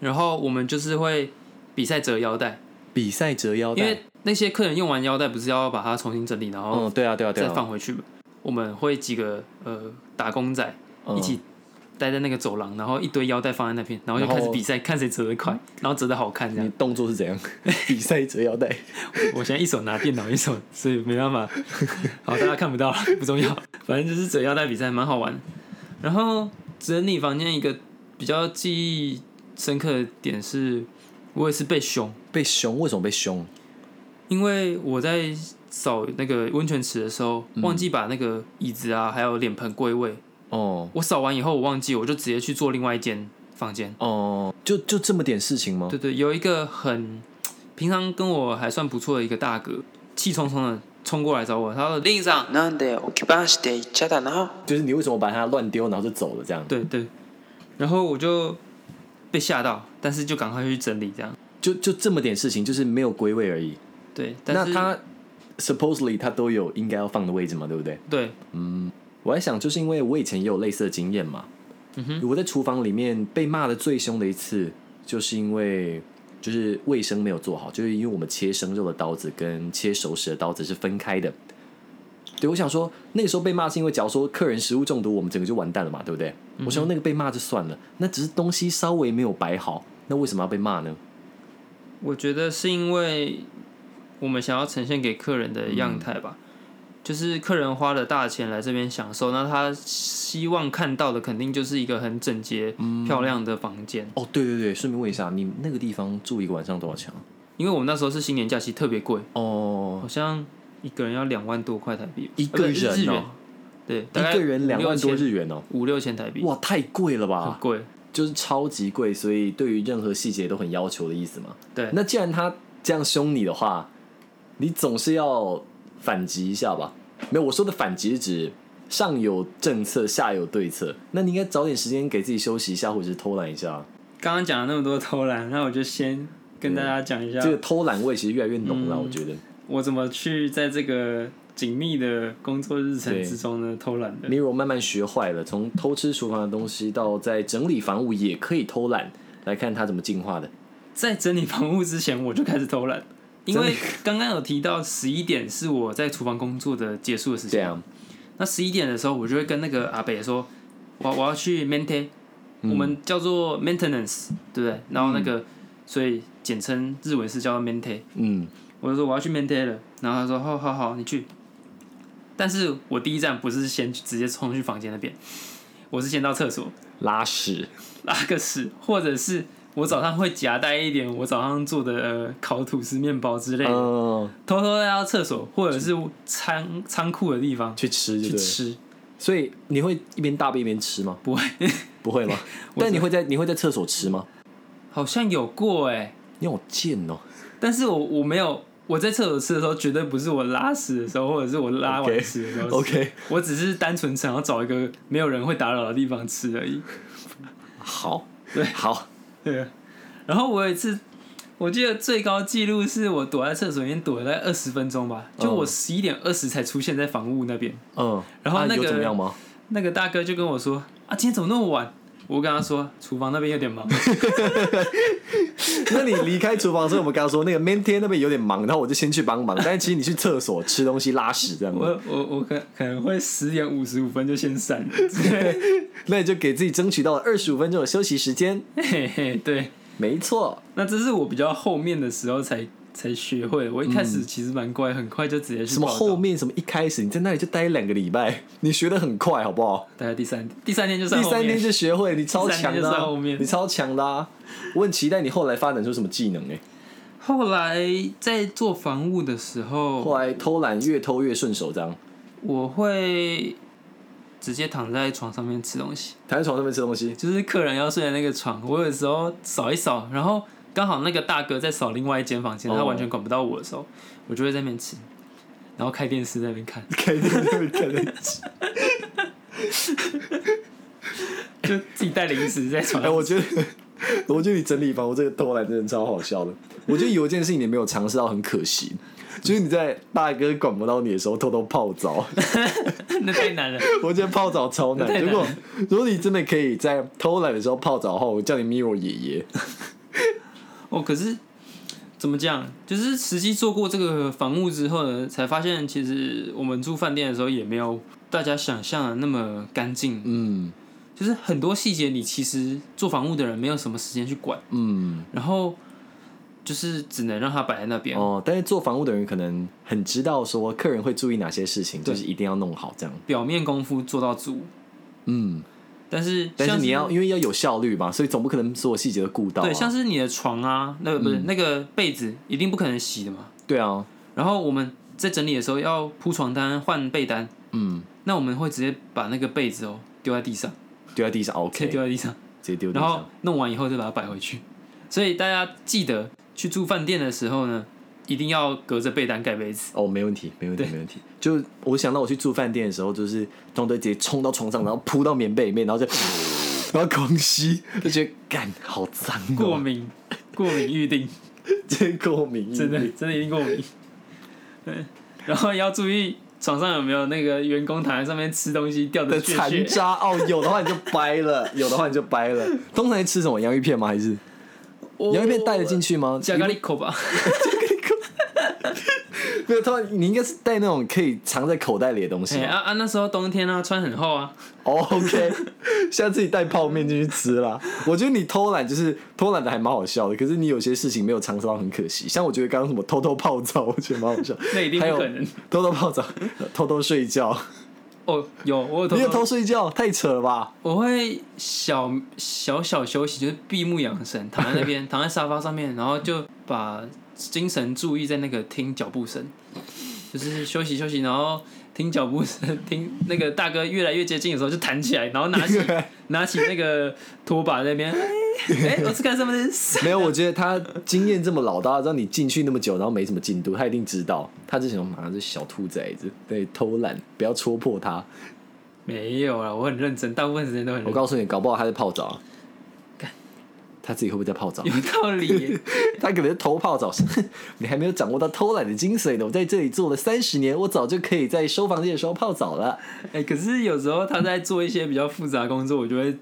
S1: 然后我们就是会比赛折腰带，
S2: 比赛折腰
S1: 因为那些客人用完腰带不是要把它重新整理，然后
S2: 嗯，对啊，对啊，对
S1: 再
S2: 啊，
S1: 放回去嘛。我们会几个呃打工仔
S2: 嗯
S1: 一起待在那个走廊，然后一堆腰带放在那边，然后就
S2: 然后嗯
S1: 开始比赛，看谁折得快，然后折得好看这
S2: 你
S1: 样。
S2: 动作是 怎样？比赛折腰带。
S1: 我现在一手拿电脑，一手，所以没办法。好，大家看不到了， 不重要。反正就是折腰带比赛，蛮好玩的。然后整理房间一个比较记忆深刻的点是，我也是被凶，
S2: 被凶？为什么被凶？
S1: 因为我在扫那个温泉池的时候，
S2: 嗯
S1: 忘记把那个椅子啊，还有脸盆归位。
S2: 哦
S1: 我扫完以后，我忘记，我就直接去做另外一间房间。
S2: 哦，就就这么点事情吗？
S1: 对对，有一个很平常跟我还算不错的一个大哥，气冲冲的冲过来找我，他说：“令上，
S3: なんで置き場していっちゃだな。
S2: 就是你为什么把它乱丢，然后就走了这样？
S1: 对对，然后我就被吓到，但是就赶快去整理这样。
S2: 就就这么点事情，就是没有归位而已。
S1: 对，但
S2: 那
S1: 是
S2: 他 supposedly 他都有应该要放的位置嘛，对不对？
S1: 对
S2: 我在想，就是因为我以前也有类似的经验嘛。
S1: 嗯
S2: 我在厨房里面被骂的最凶的一次，就是因为就是卫生没有做好，就是因为我们切生肉的刀子跟切熟食的刀子是分开的。对，我想说那个时候被骂是因为，假如说客人食物中毒，我们整个就完蛋了嘛，对不对？
S1: 嗯
S2: 我想说那个被骂就算了，那只是东西稍微没有摆好，那为什么要被骂呢？
S1: 嗯我觉得是因为我们想要呈现给客人的
S2: 嗯
S1: 样态吧，就是客人花了大钱来这边享受，那他希望看到的肯定就是一个很整洁、
S2: 嗯
S1: 漂亮的房间。
S2: 哦，对对对，顺便问一下，你那个地方住一个晚上多少钱啊？
S1: 因为我们那时候是新年假期，特别贵，
S2: 哦，
S1: 好像一个人要两万多块台币吧，
S2: 一个
S1: 呃不是
S2: 人
S1: 日元
S2: 哦
S1: 对，大概
S2: 一个人两万
S1: 五
S2: 多
S1: 六千
S2: 日元哦，
S1: 五六千台币，
S2: 哇，太贵了吧
S1: 很！贵。
S2: 就是超级贵，所以对于任何细节都很要求的意思嘛。
S1: 对
S2: 那既然他这样凶你的话，你总是要反击一下吧？没有，我说的反击是指上有政策，下有对策。那你应该找点时间给自己休息一下，或者是偷懒一下。
S1: 刚刚讲了那么多偷懒，那我就先跟大家讲一下
S2: 这个偷懒味其实越来越浓了，
S1: 嗯
S2: 我觉得。
S1: 我怎么去在这个紧密的工作日程之中呢偷懒的。
S2: Miro 慢慢学坏了，从偷吃厨房的东西到在整理房屋也可以偷懒，来看他怎么进化的。
S1: 在整理房屋之前，我就开始偷懒，因为刚刚有提到十一点是我在厨房工作的结束的时
S2: 这
S1: 间。
S2: 样，
S1: 那十一点的时候，我就会跟那个阿北说，我我要去 maintain，、我
S2: 嗯
S1: 们叫做 maintenance，对不对？然后那个，所以简称日文是叫 maintain。
S2: 嗯，
S1: 我就说我要去 maintain 了，然后他说好好好，你去。但是我第一站不是先直接冲去房间那边，我是先到厕所
S2: 拉屎，
S1: 拉个屎，或者是我早上会夹带一点我早上做的呃烤吐司面包之类的，
S2: 嗯，
S1: 偷偷带到厕所或者是仓仓库的地方
S2: 去吃就
S1: 去
S2: 对了。
S1: 吃。
S2: 所以你会一边大便一边吃吗？
S1: 不会，
S2: 不会 吗？但你会在你会在厕所吃吗？
S1: 好像有过哎、
S2: 你好贱哦！
S1: 但是我我没有。我在厕所吃的时候，绝对不是我拉屎的时候，或者是我拉完
S2: OK，
S1: 屎的时候吃
S2: OK
S1: 我只是单纯想要找一个没有人会打扰的地方吃而已。
S2: 好，对，好，
S1: 对，啊然后我有一次，我记得最高纪录是我躲在厕所里面躲了大概二十分钟吧，
S2: 哦
S1: 就我十一点二十才出现在房屋那边。
S2: 嗯，
S1: 然后
S2: 啊
S1: 那
S2: 有
S1: 个
S2: 怎么样吗？
S1: 那个大哥就跟我说：“啊，今天怎么那么晚？”我跟他说：“厨房那边有点 忙。
S2: 那你离开厨房的时候，我们刚刚说那个 man 天那边有点忙，然后我就先去帮 忙，但是其实你去厕所吃东西拉屎这样子，
S1: 我”我我可可能会十点五十五分就先闪。
S2: 那你就给自己争取到二十五分钟的休息时间。
S1: 嘿嘿，对，
S2: 没错，
S1: 那这是我比较后面的时候才才学会的。我一开始其实蛮乖，很快就直接去
S2: 嗯什么
S1: 报道
S2: 后面什么一开始你在那里就待两个礼拜，你学的很快，好不好？
S1: 大概第三第三天就算
S2: 第
S1: 后
S2: 三
S1: 面
S2: 天就学会，你超
S1: 第三
S2: 强
S1: 天就
S2: 的
S1: 在
S2: 啊
S1: 后，面
S2: 你超强的啊！我很期待你后来发展出什么技能哎。
S1: 后来在做房务的时候，
S2: 后来偷懒越偷越顺手，这样
S1: 我会直接躺在床上面吃东西，
S2: 躺在床上面吃东西，
S1: 就是客人要睡的那个床，我有时候扫一扫，然后刚好那个大哥在扫另外一间房间，
S2: 哦
S1: 他完全管不到我的时候，我就会在那边吃，然后开电视在那边看，
S2: 肯定会肯定。
S1: 就自己带零食在床
S2: 哎，
S1: 上。
S2: 我觉得，我觉得你整理房屋这个偷懒真的超好笑的。我觉得有一件事情你没有尝试到，很可惜，就是你在大哥管不到你的时候偷偷泡澡。
S1: 那太难了，
S2: 我觉得泡澡超难。
S1: 太难
S2: 如果如果你真的可以在偷懒的时候泡澡的话，我叫你 Miro 爷爷。
S1: 哦，可是怎么讲？就是实际做过这个房务之后呢，才发现其实我们住饭店的时候也没有大家想象的那么干净，
S2: 嗯
S1: 就是很多细节你其实做房务的人没有什么时间去管，
S2: 嗯
S1: 然后就是只能让它摆在那边，
S2: 哦，但是做房屋的人可能很知道说客人会注意哪些事情，就是一定要弄好这样。
S1: 表面功夫做到足，
S2: 嗯。
S1: 但是
S2: 但是
S1: 像
S2: 你要因为要有效率嘛，所以总不可能所有细节都顾到、啊。嗯
S1: 对，像是你的床啊，那个不是、那个被子一定不可能洗的嘛，
S2: 对啊，
S1: 然后我们在整理的时候要铺床单、换被单，
S2: 嗯，
S1: 那我们会直接把那个被子哦丢在地上，
S2: 丢在地上
S1: 直接
S2: OK，
S1: 丢在地上。
S2: 直接丢地
S1: 然后
S2: 上。
S1: 弄完以后再把它摆回去。所以大家记得去住饭店的时候呢，一定要隔着被单盖被子。
S2: 哦，没问题，没问题，没问题。就 我想到我去住饭店的时候，就是通常都直接冲到床上，然后扑到棉被里面，然后就然后狂吸，就觉得干好脏、哦，
S1: 过敏，过敏预定，
S2: 真过 敏，
S1: 真的真的一定过敏。 对，然后要注意床上有没有那个员工躺在上面吃东西掉
S2: 的
S1: 的血
S2: 残
S1: 血。
S2: 渣哦，有的话你就掰 了，有的话你就掰了。通常吃什么洋芋片吗？还是洋芋片带得进
S1: 去？
S2: 去吗？
S1: 哦加咖喱口 吧，
S2: 没有，通常你应该是带那种可以藏在口袋里的东西
S1: 哎
S2: 嘛。
S1: 啊啊！那时候冬天啊，穿很厚啊，
S2: 哦 OK，下 次你带泡面进去吃啦。我觉得你偷懒就是偷懒的还蛮好笑的，可是你有些事情没有尝试到，很可惜。像我觉得刚刚什么偷偷泡澡，我觉得蛮好笑。
S1: 那一定
S2: 还
S1: 不
S2: 有
S1: 可能。
S2: 偷偷 泡澡，偷偷睡觉，
S1: 哦，有我有
S2: 你也
S1: 偷
S2: 偷
S1: 偷，
S2: 睡觉，太扯了 吧？
S1: 我会小小小休息，就是闭目养 神，躺在那边，躺在沙发上面，然后就把精神注意在那个听脚步声，就是休息休息，然后听脚步声，听那个大哥越来越接近的时候就弹起来，然后拿起 拿起那个拖把在那边，哎、我是干什么的？
S2: 没有，我觉得他经验这么老道，让你进去那么久，然后没什么进度，他一定知道。他就想，妈这小兔崽子，对，偷懒，不要戳破他。
S1: 没有啦，我很认真，大部分时间都很认
S2: 我
S1: 真，
S2: 告诉你，搞不好他在泡澡。他自己会不会在 泡澡？
S1: 有道理耶。
S2: 他可能是偷泡澡，你还没有掌握到偷懒的精髓呢。我在这里做了三十年，我早就可以在收房间的时候泡澡了。
S1: 哎、可是有时候他在做一些比较复杂的工作，我就会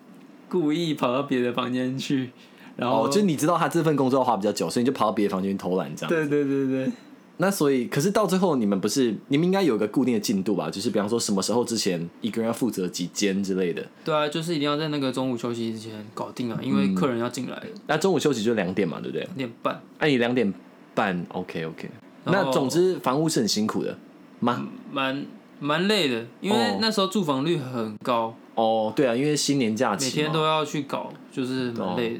S1: 故意跑到别的房间去，然后、
S2: 哦，就你知道他这份工作要花比较久，所以你就跑到别的房间偷懒这样。
S1: 对对对对，
S2: 那所以，可是到最后你们不是你们应该有个固定的进度吧？就是比方说什么时候之前一个人要负责几间之类的。
S1: 对啊，就是一定要在那个中午休息之前搞定啊，因为客人要进来了
S2: 那中午休息就两点嘛，对不对？
S1: 两点半，
S2: 那、你两点半，OK OK。
S1: 然后嗯
S2: 那总之房屋是很辛苦的吗？
S1: 蛮蛮累的，因
S2: 哦
S1: 为那时候住房率很高，
S2: 哦，对啊，因为新年假期
S1: 每
S2: 嘛
S1: 天都要去搞，就是蛮累的。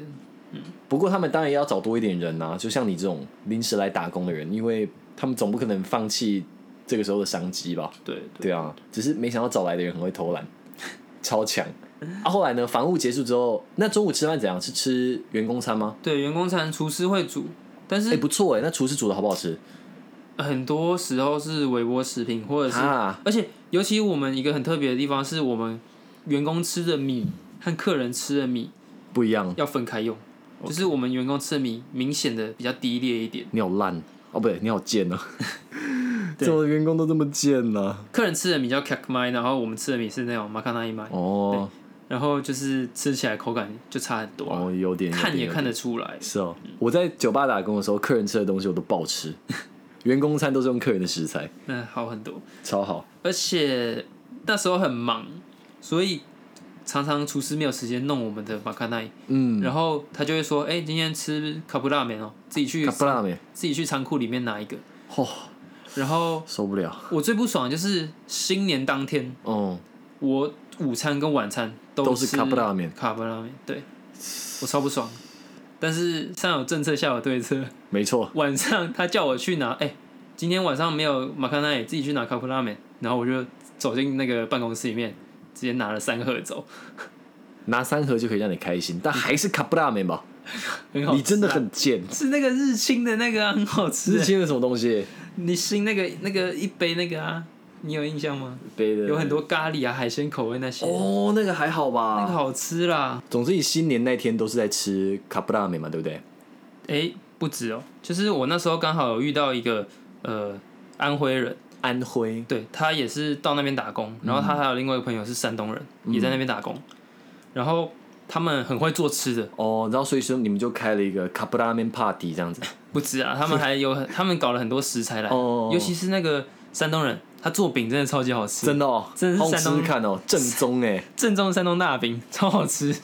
S2: 不过他们当然也要找多一点人呐、就像你这种临时来打工的人，因为他们总不可能放弃这个时候的商机吧？
S1: 对对，
S2: 对啊，只是没想到找来的人很会偷懒， 超强。啊，后来呢？房务结束之后，那中午吃饭怎样？是吃员工餐吗？
S1: 对，员工餐厨师会煮，但
S2: 哎、
S1: 是
S2: 不错哎、那厨师煮的好不好吃？
S1: 很多时候是微波食品或者是
S2: 啊，
S1: 而且尤其我们一个很特别的地方是我们员工吃的米和客人吃的米
S2: 不一样，
S1: 要分开用，就是我们员工吃的米明显的比较低劣一点，
S2: 你好烂哦，不对，你好贱哦、
S1: 对
S2: 怎么员工都这么贱呢、
S1: 客人吃的米叫 c a k m a i 然后我们吃的米是那种 m a k a n a i m a
S2: 哦，
S1: 然后就是吃起来口感就差很多，
S2: 哦，有点，有点
S1: 啊看也
S2: 有点
S1: 看得出来。
S2: 是哦，我在酒吧打工的时候，客人吃的东西我都爆吃， 员工餐都是用客人的食材，
S1: 嗯，好很多，
S2: 超好。
S1: 而且那时候很忙，所以常常厨师没有时间弄我们的 m a k a n a i
S2: 嗯，
S1: 然后他就会说：“哎、今天吃卡布拉面哦，自己去
S2: 卡布拉面，
S1: 自己去仓库里面拿一个。”
S2: 嚯、
S1: 然后
S2: 受不了。
S1: 我最不爽的就是新年当天，
S2: 哦、
S1: 我午餐跟晚餐
S2: 都是
S1: 是
S2: 卡布拉面
S1: 卡布拉面，对我超不爽。但是上有政策，下有对策。
S2: 没错，
S1: 晚上他叫我去拿，哎、今天晚上没有马卡奈，自己去拿卡布拉面。然后我就走进那个办公室里面，直接拿了三盒走，
S2: 拿三盒就可以让你开心，但还是卡布拉 面吧。
S1: 很好吃啊、
S2: 你真的很贱，
S1: 是那个日清的那个、啊，很好吃
S2: 日
S1: 欸。
S2: 清的什么东西？
S1: 你新那个那个一杯那个啊，你有印象吗？
S2: 杯的
S1: 有很多咖喱啊、海鲜口味那些，
S2: 哦，那个还好吧。
S1: 那个好吃啦。
S2: 总之，你新年那天都是在吃卡布拉面嘛，对不对？
S1: 诶，不止哦，就是我那时候刚好有遇到一个呃安徽人，
S2: 安徽
S1: 对他也是到那边打工，然后
S2: 嗯
S1: 他还有另外一个朋友是山东人，也在那边打工，然后他们很会做吃的，
S2: 哦，然后所以说你们就开了一个卡布拉面 party 这样子。
S1: 不止啊，他们还有很他们搞了很多食材来，
S2: 哦
S1: 尤其是那个山东人，他做饼真的超级好吃，
S2: 真的哦，
S1: 真的是
S2: 好想
S1: 山
S2: 吃
S1: 东
S2: 吃看哦，正宗哎。
S1: 正宗山东大饼超好吃。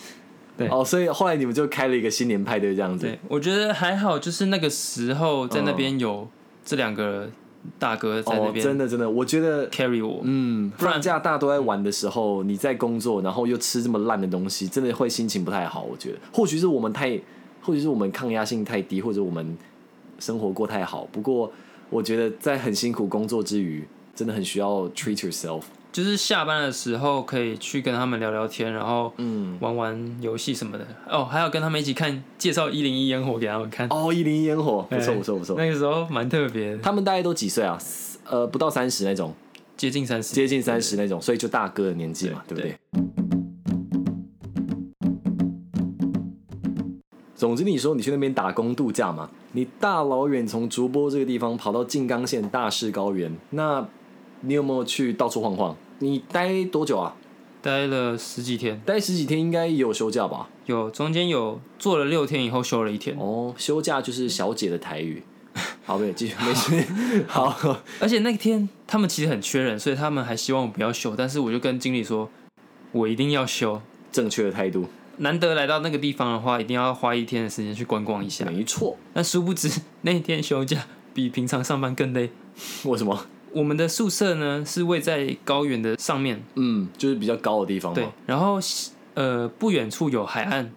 S1: 对
S2: 哦，所以后来你们就开了一个新年 派对这样子。
S1: 对，我觉得还好，就是那个时候在那边有这两个大哥在那
S2: 哦，
S1: 边、
S2: 真的真的，我觉得
S1: carry 我，
S2: 嗯，
S1: 不然
S2: 放假大家都在玩的时候，你在工作，然后又吃这么烂的东西，真的会心情不太好。我觉得，或许是我们太，或许是我们抗压性太低，或者我们生活过太好。不过，我觉得在很辛苦工作之余，真的很需要 treat yourself。
S1: 就是下班的时候可以去跟他们聊聊天，然后
S2: 嗯，
S1: 玩玩游戏什么的。哦，还有跟他们一起看介绍一零一烟火给他们看，
S2: 哦，一零一烟火，不错
S1: 哎
S2: 不错不错。
S1: 那个时候蛮特别的，
S2: 他们大概都几岁啊？四呃，不到三十那种，
S1: 接近三十，
S2: 接近三十那种，所以就大哥的年纪嘛，对
S1: 对
S2: 不对？总之，你说你去那边打工度假嘛，你大老远从竹波这个地方跑到静冈县大士高原，那你有没有去到处晃晃？你待多久啊？
S1: 待了十几天，
S2: 待十几天应该也有休假吧？
S1: 有中间有做了六天以后休了一天，
S2: 哦，休假就是小姐的台语。 好，没有继续，没事。 好，
S1: 而且那天他们其实很缺人，所以他们还希望我不要休，但是我就跟经理说，我一定要休。
S2: 正确的态度，
S1: 难得来到那个地方的话，一定要花一天的时间去观光一下。
S2: 没错。
S1: 但殊不知那天休假比平常上班更累。
S2: 为什么？
S1: 我们的宿舍呢是位在高原的上面，
S2: 嗯，就是比较高的地方
S1: 对
S2: 嘛。，
S1: 然后呃不远处有海岸，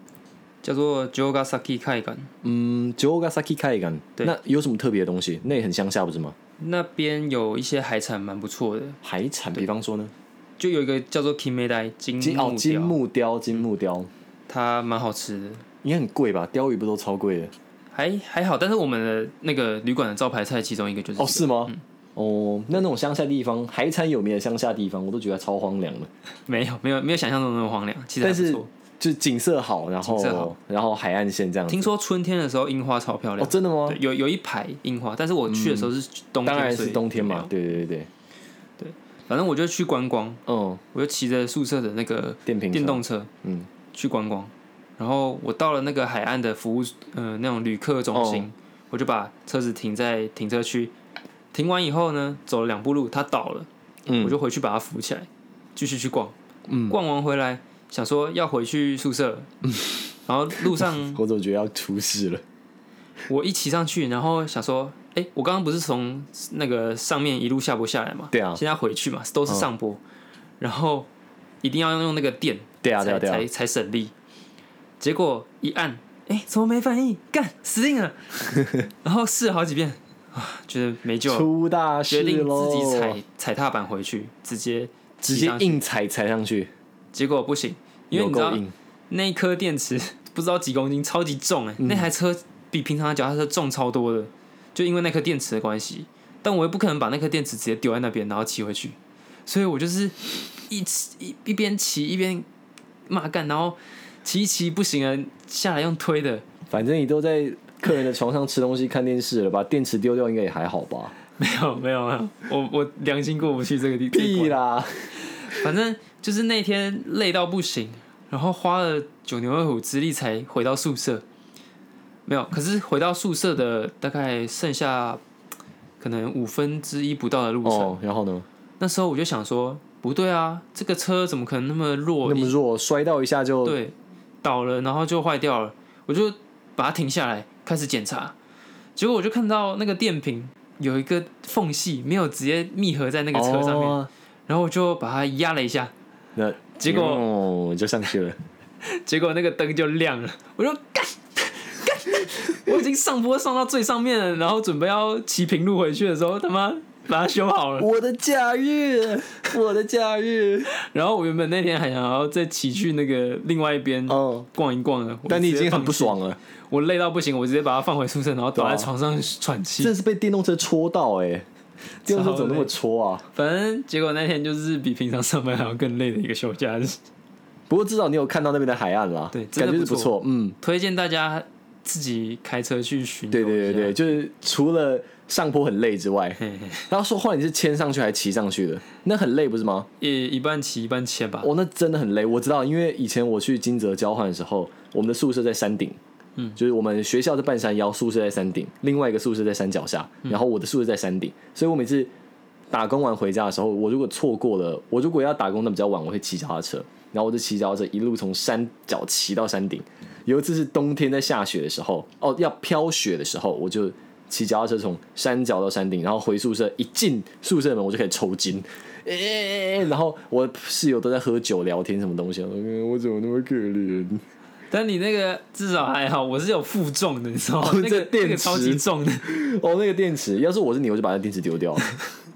S1: 叫做 Jogasaki 海岸，
S2: 嗯 j o g a s a k i 海岸，
S1: 对
S2: 那有什么特别的东西？那也很乡下，不是吗？
S1: 那边有一些海产蛮不错的，
S2: 海产，比方说呢，
S1: 就有一个叫做 Kimedai 金
S2: 金哦
S1: 木
S2: 金
S1: 雕，嗯
S2: 木雕，金木雕
S1: 它蛮好吃的，
S2: 应该很贵吧？鲷鱼不都超贵的？
S1: 还还好。但是我们的那个旅馆的招牌菜其中一个就是嗯这
S2: 哦，
S1: 个
S2: 是吗？哦，那那种乡下地方，海产有名的乡下地方，我都觉得超荒凉的。
S1: 没有没有没有想象中那么荒凉，其实还
S2: 但
S1: 不
S2: 是
S1: 错。
S2: 就景色好，然
S1: 景色
S2: 后
S1: 好
S2: 然后海岸线这样子。
S1: 听说春天的时候樱花超漂
S2: 哦，
S1: 亮，
S2: 真的吗
S1: 对？有有一排樱花，但是我去的时候是冬天，
S2: 嗯当然
S1: 所
S2: 是
S1: 以
S2: 冬天
S1: 没
S2: 嘛
S1: 有。。哦
S2: 对对对对，
S1: 反正我就去观光，
S2: 嗯，
S1: 我就骑着宿舍的那个
S2: 电瓶车
S1: 电动车
S2: 嗯
S1: 去观光，然后我到了那个海岸的服务，呃，那种旅客中心，
S2: 哦
S1: 我就把车子停在停车区，停完以后呢，走了两步路，它倒了，
S2: 嗯，
S1: 我就回去把它扶起来，继续去逛，
S2: 嗯
S1: 逛完回来想说要回去宿舍，然后路上
S2: 我总觉得要出事了。
S1: 我一骑上去，然后想说，哎、我刚刚不是从那个上面一路下坡下来嘛？
S2: 对啊哦
S1: 现在回去嘛，都是上坡，然后一定要用那个电，
S2: 对啊对
S1: 才
S2: 啊对
S1: 才
S2: 啊，
S1: 才省力。结果一按，哎、怎么没反应？干死定 了！然后试了好几遍，啊，觉得没救了，
S2: 出大事
S1: 决定自己
S2: 喽！
S1: 踩踩踏板回去，直接
S2: 直
S1: 骑
S2: 接
S1: 上去
S2: 硬踩踩上去，
S1: 结果不行，因为
S2: 有
S1: 你知
S2: 够
S1: 道
S2: 硬。
S1: 那一颗电池不知道几公斤，超级重哎、那台车比平常的脚踏车重超多的，就因为那颗电池的关系。但我也不可能把那颗电池直接丢在那边，然后骑回去，所以我就是一骑一一边骑一边骂干，然后骑一骑不行了，下来用推的，
S2: 反正你都在客人的床上吃东西、看电视了，把电池丢掉应该也还好吧？
S1: 没有没有没有，我我良心过不去这个地
S2: 屁
S1: 了，
S2: 啦！
S1: 反正就是那天累到不行，然后花了九牛二虎之力才回到宿舍。没有，可是回到宿舍的大概剩下可能五分之一不到的路程。
S2: 哦，然后呢？
S1: 那时候我就想说，不对啊，这个车怎么可能那么弱？
S2: 那么弱，摔到一下就
S1: 对，倒了，然后就坏掉了。我就把它停下来，开始检查。结果我就看到那个电瓶有一个缝隙，没有直接密合在那个车上面，
S2: 哦
S1: 然后我就把它压了一下，
S2: 那
S1: 结果
S2: 哦就上去 了。
S1: 结果那个灯就亮了，我就干干，我已经上坡上到最上面了，然后准备要骑平路回去的时候，他妈把它修好了。
S2: 我的假日，我的假日。
S1: 然后我原本那天还想要再骑去那个另外一边
S2: 哦，
S1: 逛一逛的，啊我
S2: 但你已
S1: 直接
S2: 经很
S1: 放
S2: 不
S1: 弃，
S2: 爽了，
S1: 我累到不行，我直接把它放回宿舍，然后
S2: 对
S1: 倒
S2: 啊
S1: 在床上喘气。
S2: 这是被电动车戳到哎、电动车怎么那么戳啊？
S1: 反正结果那天就是比平常上班还要更累的一个休假日。
S2: 不过至少你有看到那边的海岸啦，
S1: 对真
S2: 感
S1: 的
S2: 觉是
S1: 不错
S2: 错，嗯，
S1: 推荐大家自己开车去巡游
S2: 对
S1: 一下。
S2: 对对对，就是除了上坡很累之 外，
S1: 嘿嘿
S2: 然后说话你是牵上去还是骑上去的，那很累不是吗？
S1: 一一半骑一半牵吧。
S2: 哦，那真的很累，我知道，因为以前我去金泽交换的时候，我们的宿舍在山顶。
S1: 嗯
S2: 就是我们学校是半山腰，宿舍在山顶，另外一个宿舍在山脚下，
S1: 嗯
S2: 然后我的宿舍在山顶，所以我每次打工完回家的时候，我如果错过了，我如果要打工的比较晚，我会骑脚踏车，然后我就骑脚踏车一路从山脚骑到山顶。有一次是冬天在下雪的时候，哦，要飘雪的时候，我就骑脚踏车从山脚到山顶，然后回宿舍，一进宿舍门我就开始抽筋。哎、然后我室友都在喝酒聊天什么东西，我说嗯我怎么那么可怜？
S1: 但你那个至少还好，我是有负重的，你知道吗？
S2: 哦
S1: 那
S2: 这
S1: 个
S2: 电池
S1: 那个超级重的。
S2: 哦，那个电池，要是我是你，我就把那电池丢掉了，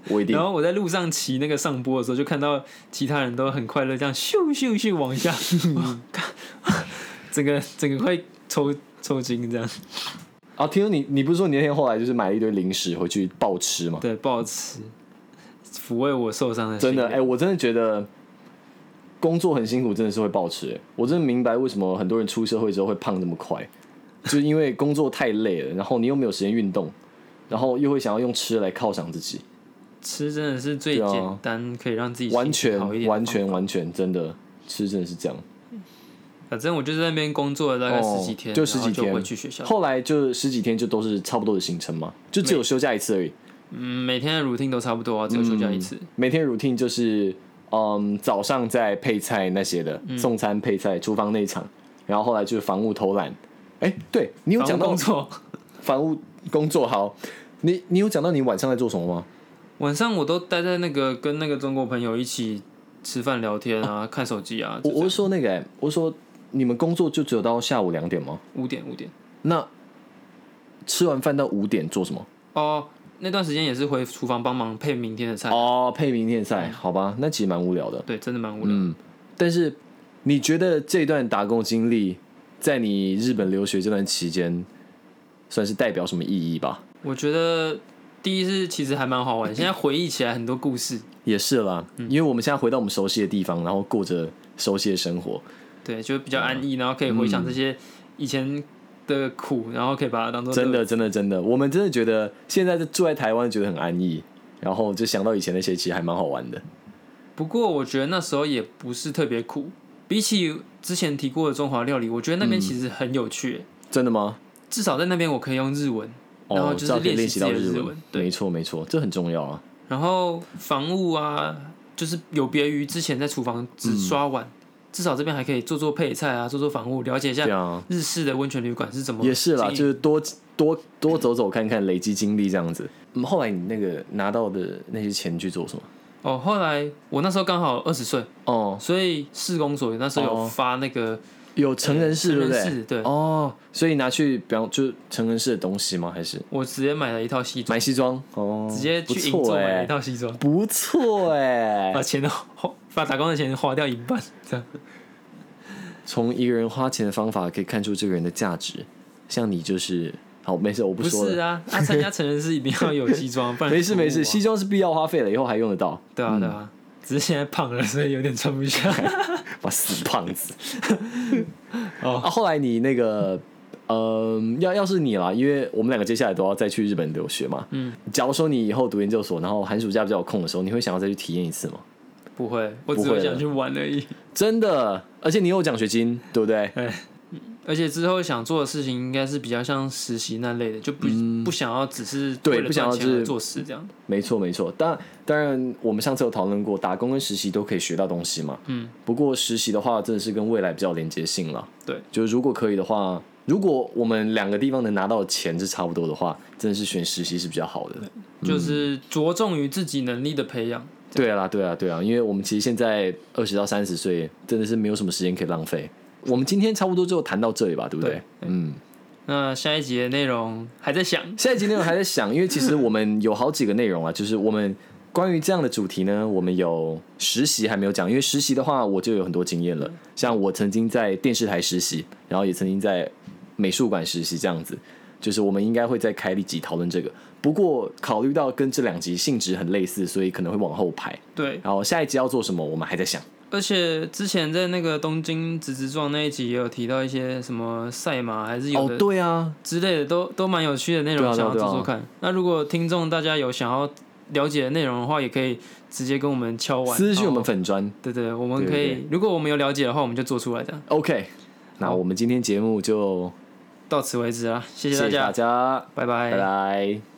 S2: 我一定
S1: 然。后我在路上骑那个上坡的时候，就看到其他人都很快乐，这样咻咻咻往 下，哇看整个整个快抽抽筋这样。
S2: 啊，听说你，你不是说你那天后来就是买了一堆零食回去暴吃吗？
S1: 对，不好吃，抚慰我受伤的心。
S2: 真的，哎、我真的觉得工作很辛苦，真的是会暴吃、哎我真的明白为什么很多人出社会之后会胖这么快，就是因为工作太累了，然后你又没有时间运动，然后又会想要用吃来犒赏自己，
S1: 吃真的是最
S2: 对啊
S1: 简单，可以让自己
S2: 完
S1: 心情
S2: 全
S1: 好一点的
S2: 完
S1: 方
S2: 全
S1: 法。
S2: 完全真的吃真的是这样。
S1: 反正我就在那边工作了大概
S2: 哦
S1: 十几天，
S2: 就
S1: 然
S2: 十
S1: 后
S2: 几天
S1: 回去学校。
S2: 后来就十几天就都是差不多的行程嘛，就只有休假一次而已。
S1: 嗯，每天的 routine 都差不多啊，
S2: 嗯
S1: 只有休假一次。
S2: 每天 routine 就是，嗯，早上在配菜那些的，
S1: 嗯
S2: 送餐配菜，厨房内场，然后后来就是房屋偷懒。哎、对你有
S1: 然后
S2: 讲到
S1: 工作，
S2: 房屋工作好，你你有讲到你晚上在做什么吗？
S1: 晚上我都待在那个跟那个中国朋友一起吃饭聊天啊，看手机啊。
S2: 哦我我是说那个、哎，我是说你们工作就只有到下午两点吗？
S1: 五点五点
S2: 那吃完饭到五点做什么？
S1: 哦，那段时间也是回厨房帮忙配明天的菜。
S2: 哦，配明天赛，好吧，那其实蛮无聊的。
S1: 对，真的蛮无聊。
S2: 嗯，但是你觉得这段打工经历，在你日本留学这段期间，算是代表什么意义吧？
S1: 我觉得第一是其实还蛮 好玩，现在回忆起来很多故事。
S2: 也是啦，嗯因为我们现在回到我们熟悉的地方，然后过着熟悉的生活，
S1: 对，就比较安
S2: 嗯
S1: 逸，然后可以回想这些以前的苦，然后可以把它当做
S2: 真的，真的，真的，我们真的觉得现在住在台湾觉得很安逸，然后就想到以前那些，其实还蛮好玩的。
S1: 不过我觉得那时候也不是特别苦，比起之前提过的中华料理，我觉得那
S2: 嗯
S1: 边其实很有趣。
S2: 真的吗？
S1: 至少在那边我可以用日文，然后
S2: 哦，
S1: 就
S2: 至
S1: 是
S2: 少可以
S1: 练
S2: 练
S1: 习
S2: 习
S1: 自己
S2: 到
S1: 的
S2: 日
S1: 日
S2: 文
S1: 文，对
S2: 没错，没错，这很重要啊。
S1: 然后房务啊，就是有别于之前在厨房只刷碗，至少这边还可以做做配菜啊，做做房务，了解一
S2: 嗯对
S1: 下
S2: 啊，
S1: 日式的温泉旅馆是怎么
S2: 也是啦，
S1: 经营
S2: 就是多多多走走看看，累积经历这样子。嗯，后来你那个拿到的那些钱去做什么？
S1: 哦。后来我那时候刚好二十岁，
S2: 哦，
S1: 所以市公所那时候有
S2: 哦
S1: 发那个
S2: 有成人式，
S1: 成
S2: 对不
S1: 人
S2: 对？
S1: 式，对，
S2: 哦，所以拿去，比方就是成人式的东西吗？还是
S1: 我直接买了一套西装，
S2: 买西装？哦，
S1: 直接
S2: 不
S1: 去银座
S2: 错
S1: 买了
S2: 哎
S1: 一，套西装，
S2: 不错哎
S1: 把，钱都花，把打工的钱花掉一半，这样。
S2: 从一个人花钱的方法可以看出这个人的价值。像你就是，好，没事，我不
S1: 不
S2: 说了。
S1: 是啊，啊，参 加成人是一定要有西装，不然
S2: 没事没
S1: 服
S2: 事，嗯
S1: 务啊
S2: 西装是必要花费了，以后还用得到。
S1: 对啊对啊，只是现在胖了，所以有点穿不下。
S2: 把死胖子。
S1: 哦
S2: 啊，后来你那个，呃，要要是你啦，因为我们两个接下来都要再去日本留学嘛。
S1: 嗯，
S2: 假如说你以后读研究所，然后寒暑假比较有空的时候，你会想要再去体验一次吗？
S1: 不会，我
S2: 不
S1: 只会
S2: 会了
S1: 想去玩而已。
S2: 真的，而且你有奖学金，对不对？
S1: 而且之后想做的事情应该是比较像实习那类的，就不、不想要只是
S2: 嗯对
S1: 为了
S2: 不想
S1: 赚
S2: 要
S1: 钱
S2: 是
S1: 而做事这样。
S2: 没错没错，当当然我们上次有讨论过，打工跟实习都可以学到东西嘛。
S1: 嗯，
S2: 不过实习的话，真的是跟未来比较有连接性了。
S1: 对，
S2: 就是如果可以的话，如果我们两个地方能拿到的钱是差不多的话，真的是选实习是比较好的。嗯
S1: 就是着重于自己能力的培养。
S2: 对啦，对啦，啊对啦，因为我们其实现在二十到三十岁，真的是没有什么时间可以浪费。我们今天差不多就谈到这里吧，对不对？
S1: 对
S2: 嗯，
S1: 那下一集的内容还在想，
S2: 下一集内容还在想，因为其实我们有好几个内容啊，就是我们关于这样的主题呢，我们有实习还没有讲，因为实习的话我就有很多经验了，像我曾经在电视台实习，然后也曾经在美术馆实习这样子。就是我们应该会再开一集讨论这个，不过考虑到跟这两集性质很类似，所以可能会往后排。
S1: 对，
S2: 然后下一集要做什么，我们还在想。
S1: 而且之前在那个东京直直撞那一集也有提到一些什么赛马还是有
S2: 哦，
S1: 的
S2: 对啊，
S1: 之类的，都都蛮有趣的内容，
S2: 对啊对
S1: 想
S2: 啊
S1: 要做做看。那如果听众大家有想要了解的内容的话，也可以直接跟我们敲完
S2: 私信我。
S1: 然后
S2: 们粉砖。
S1: 对对，我们
S2: 对对
S1: 可以，如果我们有了解的话，我们就做出来的。
S2: OK，那我们今天节目就
S1: 到此为止啦，谢啊
S2: 谢
S1: 谢大
S2: 谢
S1: 家，
S2: 大家，
S1: 拜拜
S2: 拜拜。